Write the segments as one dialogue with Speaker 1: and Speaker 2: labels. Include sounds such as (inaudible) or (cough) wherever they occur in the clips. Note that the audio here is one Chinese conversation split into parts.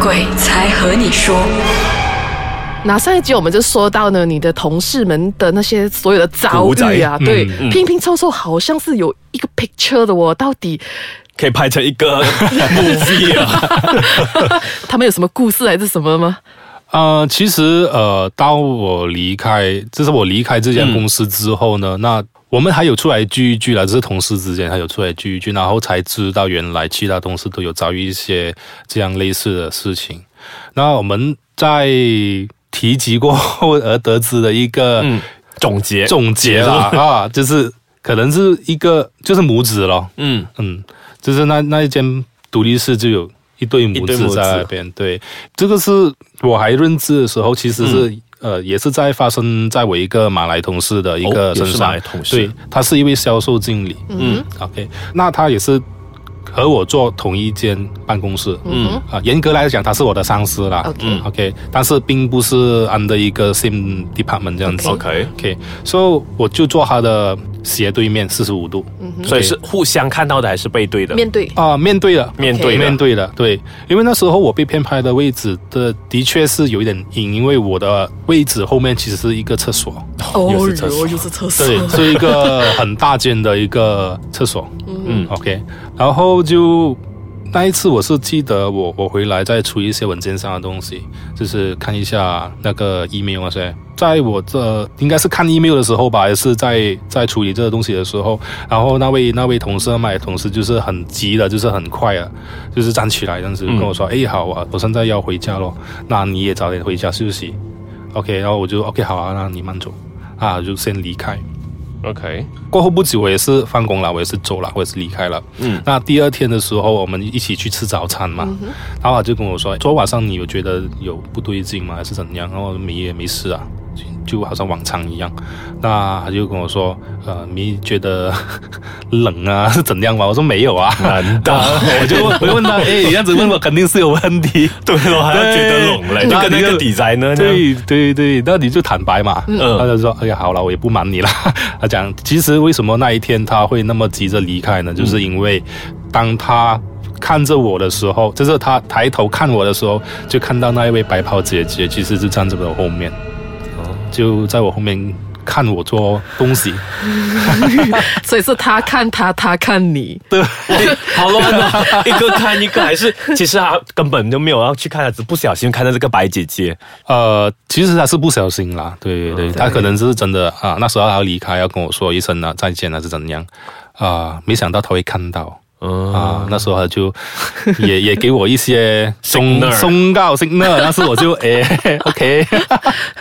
Speaker 1: 鬼才和你说。
Speaker 2: 那上一集我们就说到呢，你的同事们的那些所有的遭
Speaker 3: 古
Speaker 2: 遇啊
Speaker 3: 仔，
Speaker 2: 对，
Speaker 3: 嗯嗯
Speaker 2: 拼拼凑凑好像是有一个 picture 的哦，到底 (laughs)
Speaker 3: 可以拍成一 (laughs) 个 movie 啊。
Speaker 2: 他们有什么故事还是什么吗？
Speaker 4: 呃，其实呃，到我离开，就是我离开这家公司之后呢，那我们还有出来聚一聚啦，只是同事之间还有出来聚一聚，然后才知道原来其他同事都有遭遇一些这样类似的事情。那我们在提及过后而得知的一个
Speaker 3: 嗯，总结，
Speaker 4: 总结啦、啊，就是可能是一个就是母子咯，
Speaker 3: 嗯，
Speaker 4: 嗯，就是那那一间独立室就有一对
Speaker 3: 一
Speaker 4: 母
Speaker 3: 对
Speaker 4: 子
Speaker 3: 母
Speaker 4: 在
Speaker 3: 子
Speaker 4: 那边。对，这个是我还认知的时候，其实是、
Speaker 3: 嗯
Speaker 4: 呃也是在发生在我一个马来同事的一
Speaker 3: 哦
Speaker 4: 个
Speaker 3: 也是
Speaker 4: 身
Speaker 3: 马
Speaker 4: 上。
Speaker 3: 来同事
Speaker 4: 对，他是一位销售经理。
Speaker 2: 嗯
Speaker 4: OK，那他也是和我做同一间办公室。
Speaker 2: 嗯
Speaker 4: 啊，严格来讲，他是我的上司啦。
Speaker 2: OK
Speaker 4: 嗯 OK，但是并不是 under 一个 same department 这样子。
Speaker 3: OK，
Speaker 4: OK，所、以我就坐他的斜对面四十五度。
Speaker 2: 嗯哼，
Speaker 3: 所以是互相看到的还是背对的？哦
Speaker 2: 面对
Speaker 4: 啊、面对了，
Speaker 3: 面对的
Speaker 4: 面对了，对，因为那时候我被偏拍的位置的的确是有一点阴，因为我的位置后面其实是一个厕所，
Speaker 2: 哦
Speaker 3: 又是厕所
Speaker 2: 哟又是厕所，
Speaker 4: 对， (laughs) 是一个很大间的一个厕所，
Speaker 2: 嗯
Speaker 3: 嗯
Speaker 4: OK，然后就那一次我是记得我我回来再处理一些文件上的东西，就是看一下那个 email 那些。在我这应该是看 email 的时候吧，还是在在处理这个东西的时候，然后那位那位同事买同事就是很急的，就是很快啊，就是站起来这样子跟我说：“哎、好啊，我现在要回家咯，那你也早点回家休息。” OK，然后我就 OK 好啊，那你慢走啊，我就先离开。
Speaker 3: OK，
Speaker 4: 过后不久，我也是放工了，我也是走了，我也是离开了。
Speaker 3: 嗯
Speaker 4: 那第二天的时候，我们一起去吃早餐嘛，然后他就跟我说，哎昨晚上你有觉得有不对劲吗？还是怎样？然后我说没也没事啊，就就好像往常一样。那他就跟我说，呃，你觉得 (laughs) 冷啊是怎样吗？我说没有啊。
Speaker 3: 难道
Speaker 4: 我就我就问他，哎、你这样子问我肯定是有问题。
Speaker 3: (laughs) 对咯，哦还要觉得冷嘞？
Speaker 4: 对
Speaker 3: 就跟那
Speaker 4: 那
Speaker 3: 个
Speaker 4: 你就
Speaker 3: 底宅呢？
Speaker 4: 对对对，那你就坦白嘛。
Speaker 3: 嗯
Speaker 4: 他就说：“哎呀，好了，我也不瞒你了。” (laughs) 他讲，其实为什么那一天他会那么急着离开
Speaker 3: 嗯
Speaker 4: 呢？就是因为当他看着我的时候，就是他抬头看我的时候，就看到那一位白袍姐姐其实是站在我后面，
Speaker 3: 哦
Speaker 4: 就在我后面看我做东西。
Speaker 2: (laughs) 所以是他看他，他看你，
Speaker 3: (laughs) 好乱 (laughs) 啊！一个看一个，还是其实他根本就没有要去看，他只不小心看到这个白姐姐。
Speaker 4: 呃，其实他是不小心啦，对
Speaker 2: 哦
Speaker 4: 对，他可能是真的啊，那时候他要离开，要跟我说一声啊再见还是怎样啊，没想到他会看到。
Speaker 3: 嗯，
Speaker 4: 啊，
Speaker 2: 哦
Speaker 4: 那时候他就也 (laughs) 也给我一些松
Speaker 3: Signal
Speaker 4: 松告 signal，但是
Speaker 2: (laughs)
Speaker 4: 我就诶 OK，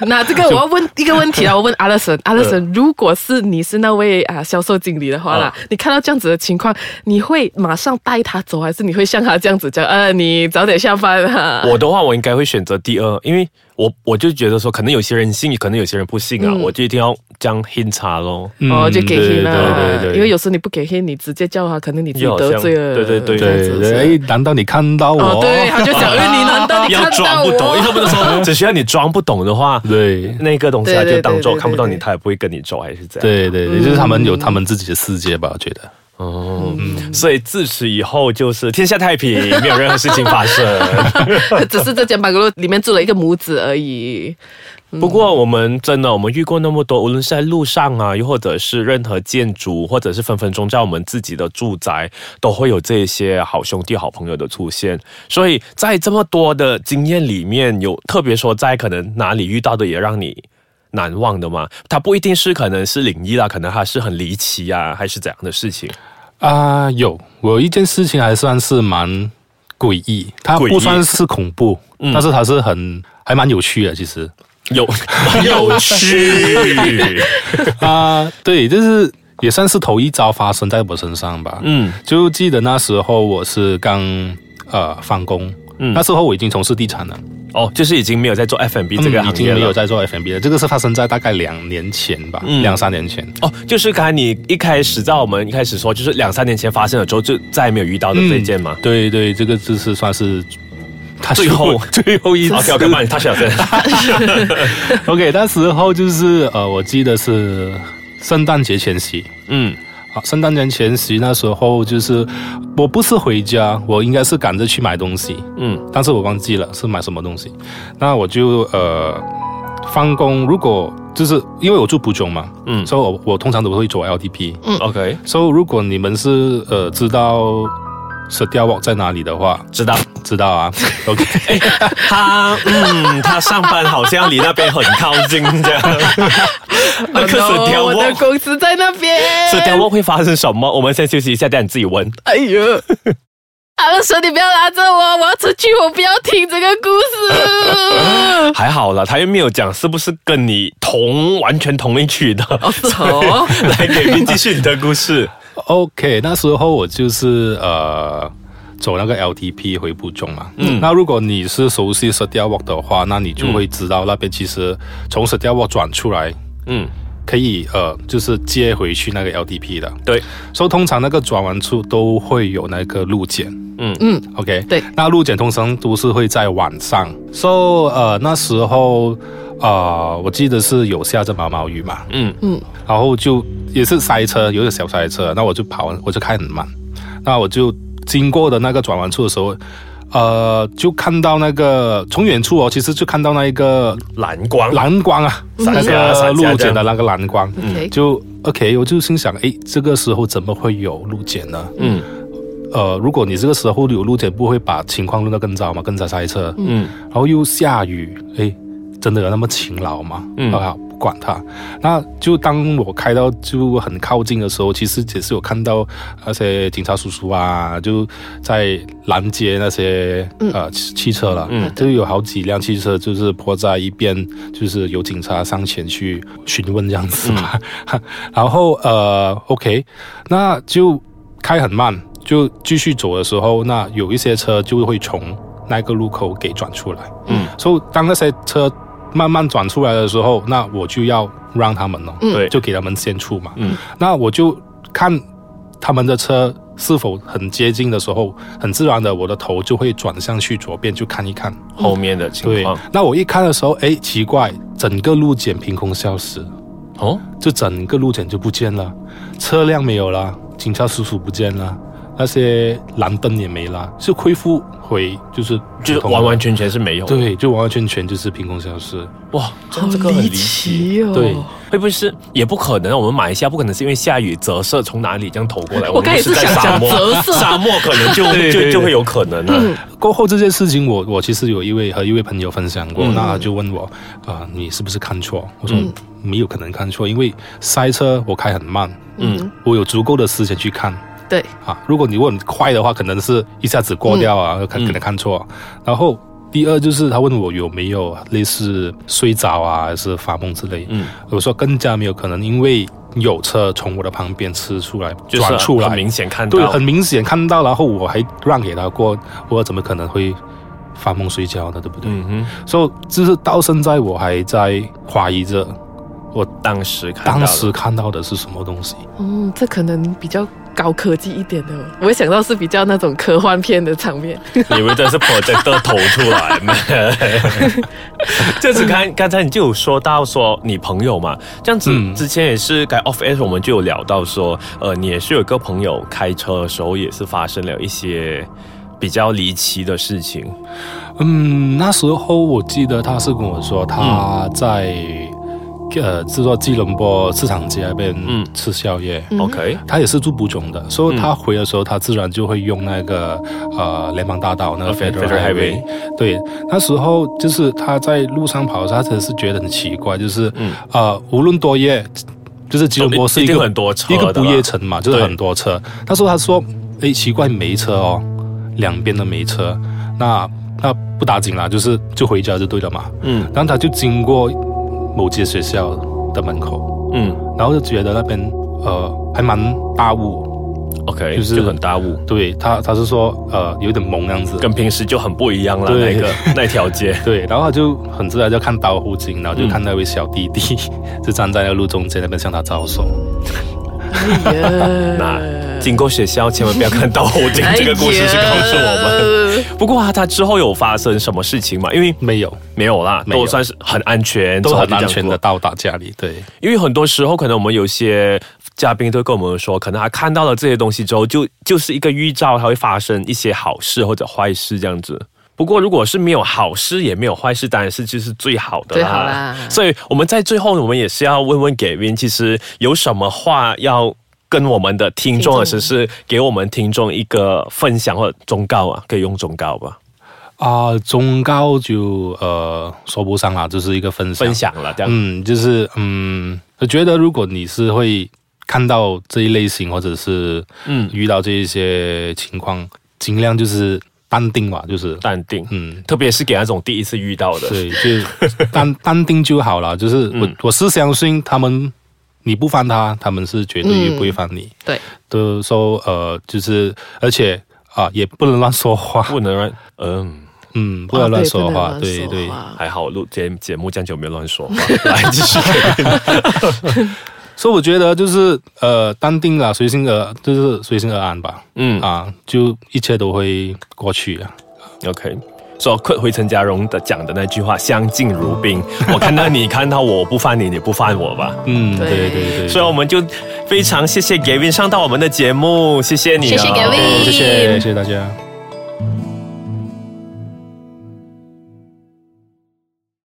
Speaker 2: 那这个我要问一个问题啊，我问阿乐
Speaker 3: (laughs)
Speaker 2: 森，阿乐
Speaker 3: 嗯
Speaker 2: 森，如果是你是那位啊销售经理的话
Speaker 3: 啊
Speaker 2: 啦，你看到这样子的情况，你会马上带他走，还是你会像他这样子讲，呃，你早点下班啊？
Speaker 3: 我的话，我应该会选择第二，因为我我就觉得说，可能有些人信，可能有些人不信啊，
Speaker 2: 嗯
Speaker 3: 我就一定要这样 hint 他咯。
Speaker 2: 哦，就给 hint
Speaker 4: 对
Speaker 2: 啦
Speaker 4: 对对，对
Speaker 2: 因为有时你不给 hint，你直接叫他，可能你自己
Speaker 3: 又好像
Speaker 2: 得罪了，
Speaker 3: 对对对
Speaker 2: 这样
Speaker 4: 对
Speaker 2: 子
Speaker 4: 对，
Speaker 2: 是
Speaker 4: 诶难道你看到
Speaker 2: 哦
Speaker 4: 我？，
Speaker 2: 对，他就讲，哎， (laughs) 你难道你
Speaker 3: (laughs) 要
Speaker 2: 看
Speaker 3: 装
Speaker 2: 到
Speaker 3: 不懂，因为他
Speaker 2: 我？
Speaker 3: 们都
Speaker 2: (laughs)
Speaker 3: 说，只需要你装不懂的话，
Speaker 4: (laughs) 对
Speaker 3: 那个东西他啊
Speaker 2: 对对
Speaker 3: 就当做
Speaker 2: 对对
Speaker 3: 看不到你，
Speaker 2: 对对
Speaker 3: 他也不会跟你走，还是这样。
Speaker 4: 对对
Speaker 2: 嗯
Speaker 4: 对，就是他们有他们自己的世界吧，我觉得。
Speaker 3: 哦，所以自此以后就是天下太平，没有任何事情发生。
Speaker 2: (laughs) 只是这间办公楼里面住了一个母子而已。
Speaker 4: 嗯
Speaker 3: 不过我们真的，我们遇过那么多，无论是在路上啊，又或者是任何建筑，或者是分分钟在我们自己的住宅，都会有这些好兄弟、好朋友的出现。所以在这么多的经验里面，有特别说在可能哪里遇到的，也让你。难忘的嘛，它不一定是可能是灵异啦，可能它是很离奇啊，还是怎样的事情？
Speaker 4: 啊、有我有一件事情还算是蛮诡异，它
Speaker 3: 诡异
Speaker 4: 不算是恐怖，
Speaker 3: 嗯
Speaker 4: 但是它是很还蛮有趣的，其
Speaker 3: (laughs)
Speaker 4: 实。
Speaker 3: 有有
Speaker 4: (laughs)
Speaker 3: 趣，
Speaker 4: 啊、对，就是也算是头一遭发生在我身上吧。
Speaker 3: 嗯
Speaker 4: 就记得那时候我是刚呃返工，
Speaker 3: 嗯
Speaker 4: 那时候我已经从事地产了，
Speaker 3: 哦，就是已经没有在做 F&B 这个
Speaker 4: 嗯已
Speaker 3: 行
Speaker 4: 经
Speaker 3: 业
Speaker 4: 没有
Speaker 3: 了。
Speaker 4: 在做 F&B 了。这个是发生在大概两年前吧，
Speaker 3: 嗯
Speaker 4: 两三年前。
Speaker 3: 哦，就是刚才你一开始在我们一开始说，就是两三年前发生了之后，就再也没有遇到的这一件嘛。
Speaker 4: 对对，这个就是算是他
Speaker 3: 最后
Speaker 4: (laughs) 最后一
Speaker 3: OK
Speaker 4: 次
Speaker 3: OK，慢点，他小声。
Speaker 4: OK，那时候就是呃，我记得是圣诞节前夕
Speaker 3: 嗯
Speaker 4: 啊、啊，圣诞节前夕那时候就是我不是回家，我应该是赶着去买东西，
Speaker 3: 嗯
Speaker 4: 但是我忘记了是买什么东西。那我就呃放工，如果就是因为我住不久嘛，
Speaker 3: 嗯
Speaker 4: 所以我我通常都会走 LDP。
Speaker 3: ，OK，
Speaker 4: 所以如果你们是呃知道 s t e a Walk 在哪里的话，
Speaker 3: 知道。
Speaker 4: 知道啊，OK。
Speaker 3: 他嗯，他上班好像离那边很靠近这样。那个
Speaker 2: Oh
Speaker 3: 薯
Speaker 2: no，
Speaker 3: 条
Speaker 2: 我的
Speaker 3: 窝，
Speaker 2: 公司在那边。
Speaker 3: 薯条窝会发生什么？我们先休息一下，等下你自己问。
Speaker 2: 哎呦，阿乐说：“你不要拉着我，我要出去，我不要听这个故
Speaker 3: (laughs)
Speaker 2: 事。
Speaker 3: 还好啦，他又没有讲是不是跟你同完全同一曲的。
Speaker 2: (laughs) 哦是哦
Speaker 3: 来，给你继续你的故事。
Speaker 4: OK，那时候我就是呃走那个 LTP 回步中嘛。嗯，那如果你是熟悉 s t e a Walk 的话，那你就会知道那边其实从 s t e a Walk 转出来
Speaker 3: 嗯，
Speaker 4: 可以呃就是接回去那个 LTP 的。
Speaker 3: 对，
Speaker 4: 所以通常那个转弯处都会有那个路检。
Speaker 3: 嗯
Speaker 2: 嗯
Speaker 4: ，OK，
Speaker 2: 对
Speaker 4: 那路检通常都是会在晚上，so 呃那时候呃我记得是有下着毛毛雨嘛，
Speaker 3: 嗯
Speaker 2: 嗯，
Speaker 4: 然后就也是塞车，有点小塞车，那我就跑，我就开很慢，那我就经过的那个转弯处的时候，呃就看到那个从远处哦，其实就看到那一
Speaker 3: 嗯
Speaker 4: 个
Speaker 3: 蓝光，
Speaker 4: 蓝光啊，
Speaker 3: 闪
Speaker 4: 那
Speaker 3: 下
Speaker 4: 个
Speaker 3: 闪下
Speaker 4: 路
Speaker 3: 这
Speaker 4: 检
Speaker 3: 样
Speaker 4: 的那个蓝光，
Speaker 2: OK，
Speaker 4: 就 OK，我就心想，诶，这个时候怎么会有路检呢？
Speaker 3: 嗯
Speaker 4: 呃，如果你这个时候有路检，不会把情况弄得更糟吗？更加塞车，
Speaker 3: 嗯
Speaker 4: 然后又下雨，诶，真的有那么勤劳吗？
Speaker 3: 嗯
Speaker 4: 啊，不管它。那就当我开到就很靠近的时候，其实也是有看到那些警察叔叔啊，就在拦截那些、呃汽汽车了，
Speaker 3: 嗯
Speaker 4: 就有好几辆汽车就是泼在一边，就是有警察上前去询问这样子嘛。
Speaker 3: 嗯
Speaker 4: (laughs) 然后呃，OK，那就开很慢，就继续走的时候，那有一些车就会从那个路口给转出来。
Speaker 3: 嗯，
Speaker 4: 所以当那些车慢慢转出来的时候，那我就要让他们哦，
Speaker 2: 嗯
Speaker 3: 对，
Speaker 4: 就给他们先出嘛。
Speaker 3: 嗯，
Speaker 4: 那我就看他们的车是否很接近的时候，很自然的我的头就会转向去左边，就看一看。
Speaker 3: 后面的情
Speaker 4: 对
Speaker 3: 况，
Speaker 4: 那我一看的时候，哎，奇怪，整个路检凭空消失，
Speaker 3: 哦，
Speaker 4: 就整个路检就不见了，车辆没有了，警察叔叔不见了。那些蓝灯也没了，是恢复回就是
Speaker 3: 就是完完全全是没有。，
Speaker 4: 对，就完完全全就是凭空消失。
Speaker 3: 哇，这
Speaker 2: 好
Speaker 3: 这个很
Speaker 2: 离
Speaker 3: 离奇。
Speaker 2: 奇哦。
Speaker 4: 对
Speaker 3: 会不会是也不可能？我们马来西亚不可能是因为下雨折射从哪里这样投过来？
Speaker 2: 我刚才也是
Speaker 3: 们在
Speaker 2: 想
Speaker 3: 沙
Speaker 2: 讲
Speaker 3: 漠，
Speaker 2: 折射
Speaker 3: 沙漠可能就
Speaker 4: 对对
Speaker 3: 就
Speaker 4: 对
Speaker 3: 就会有可能啊。
Speaker 4: 过后这件事情我，我其实有一位和一位朋友分享过，
Speaker 3: 嗯
Speaker 4: 那他就问我啊、你是不是看错？我说、没有可能看错，因为塞车我开很慢，
Speaker 3: 嗯
Speaker 4: 我有足够的时间去看
Speaker 2: 对，
Speaker 4: 啊。如果你问快的话，可能是一下子过掉啊，
Speaker 3: 嗯
Speaker 4: 可、可能看错。然后第二就是他问我有没有类似睡着啊，还是发梦之类。
Speaker 3: 嗯，
Speaker 4: 我说更加没有可能，因为有车从我的旁边吃出来，
Speaker 3: 就是
Speaker 4: 转出来，
Speaker 3: 很明显看
Speaker 4: 对，
Speaker 3: 到
Speaker 4: 很，明显看到，然后我还让给他过，我怎么可能会发梦睡觉呢？对不对？
Speaker 3: 嗯哼，
Speaker 4: 所以就是到现在我还在怀疑着，我
Speaker 3: 当时看到了
Speaker 4: 当时看到的是什么东西。
Speaker 2: 嗯，这可能比较高科技一点的哦，我想到是比较那种科幻片的场面。
Speaker 3: 你们这是 projector 投出来吗？ (laughs) 就是刚刚才你就有说到说你朋友嘛，这样子
Speaker 4: 嗯
Speaker 3: 之前也是该 off air 我们就有聊到说，呃，你也是有一个朋友开车的时候也是发生了一些比较离奇的事情，
Speaker 4: 嗯，那时候我记得他是跟我说他在、呃，是说吉隆坡市场街那边
Speaker 3: 嗯
Speaker 4: 吃宵夜。
Speaker 3: OK，
Speaker 4: 他也是住不穷的，所以他回的时候，他自然就会用那个呃联邦大道那个
Speaker 3: Okay,
Speaker 4: Federal
Speaker 3: Federal
Speaker 4: Highway。对，那时候就是他在路上跑的时候，他真的是觉得很奇怪，就是、呃无论多夜，就是吉隆坡是
Speaker 3: 嗯哦
Speaker 4: 一
Speaker 3: 一定
Speaker 4: 个
Speaker 3: 很多车
Speaker 4: 一个
Speaker 3: 的
Speaker 4: 不
Speaker 3: 啦
Speaker 4: 夜城嘛，就是
Speaker 3: 对
Speaker 4: 很多车。那时候他说，诶，奇怪没车哦，两边都没车，那那不打紧啦，就是就回家就对了嘛。
Speaker 3: 嗯
Speaker 4: 然后他就经过某间学校的门口。
Speaker 3: 嗯
Speaker 4: 然后就觉得那边呃还蛮大雾，
Speaker 3: ，OK，
Speaker 4: 就是
Speaker 3: 就很大雾，
Speaker 4: 对他他是说呃有点蒙样子，
Speaker 3: 跟平时就很不一样了，
Speaker 4: 对
Speaker 3: 那个那条街，
Speaker 4: (laughs) 对，然后他就很自然就看到湖景，然后就
Speaker 3: 嗯
Speaker 4: 看那位小弟
Speaker 3: (laughs)
Speaker 4: 弟、就站在那路中间那边向他招手，
Speaker 2: 哎
Speaker 3: (laughs) 那
Speaker 2: 呀，
Speaker 3: 经过学校千万不要看到后景，哎
Speaker 2: 哎
Speaker 3: 这个故事是告诉我们。
Speaker 2: 们。
Speaker 3: (laughs) 不过啊，他之后有发生什么事情吗？因为
Speaker 4: 没有，
Speaker 3: 没有啦，
Speaker 4: 没有
Speaker 3: 都算是很安全，
Speaker 4: 都
Speaker 3: 之后
Speaker 4: 很
Speaker 3: 就这
Speaker 4: 安
Speaker 3: 样
Speaker 4: 全
Speaker 3: 过
Speaker 4: 的。到达家里，对，
Speaker 3: 因为很多时候可能我们有些嘉宾都跟我们说，可能他看到了这些东西之后，就就是一个预兆，它会发生一些好事或者坏事这样子。不过，如果是没有好事也没有坏事，当然是就是最好的啦。
Speaker 2: 最好啦
Speaker 3: 所以我们在最后，我们也是要问问 Gavin，其实有什么话要跟我们的
Speaker 2: 听
Speaker 3: 听众，
Speaker 2: 众
Speaker 3: 或者是给我们听众一个分享或者忠告啊，可以用忠告吧，
Speaker 4: 啊，忠告就呃说不上啦，就是一个分享。
Speaker 3: 分享了这样。
Speaker 4: 嗯，就是嗯，我觉得如果你是会看到这一类型，或者是
Speaker 3: 嗯
Speaker 4: 遇到这一些情况，尽量就是淡定吧，就是
Speaker 3: 淡定，
Speaker 4: 嗯，
Speaker 3: 特别是给那种第一次遇到的，
Speaker 4: 对，就淡淡定就好了。 (laughs) 就是我、
Speaker 3: 嗯
Speaker 4: 我是相信他们，你不翻他，他们是绝对
Speaker 2: 嗯
Speaker 4: 不会翻你。
Speaker 2: 对，
Speaker 4: 都说呃，就是而且啊，也不能乱说话，
Speaker 3: 不能乱，嗯。
Speaker 4: 嗯，不能乱说话，
Speaker 2: 啊
Speaker 4: 对
Speaker 2: 对不能
Speaker 4: 对
Speaker 2: 乱说话
Speaker 3: 还好录节节目这样就没有乱 (laughs) 说话，来继续。
Speaker 4: 所以我觉得就是呃，淡定啦，随心而就是随心而安吧。
Speaker 3: 嗯
Speaker 4: 啊，就一切都会过去啊。
Speaker 3: ，OK。说、so, 回陈家荣的讲的那句话“相敬如 (laughs) 宾”，我看到你看到我，我不犯你，你不犯我吧。
Speaker 4: 嗯，
Speaker 2: 对
Speaker 4: 对对对，
Speaker 3: 所以我们就非常谢谢 Gavin 上到我们的节目，谢谢你、
Speaker 2: 谢
Speaker 3: 哦，
Speaker 2: 谢 Gavin
Speaker 4: 谢谢谢谢大家。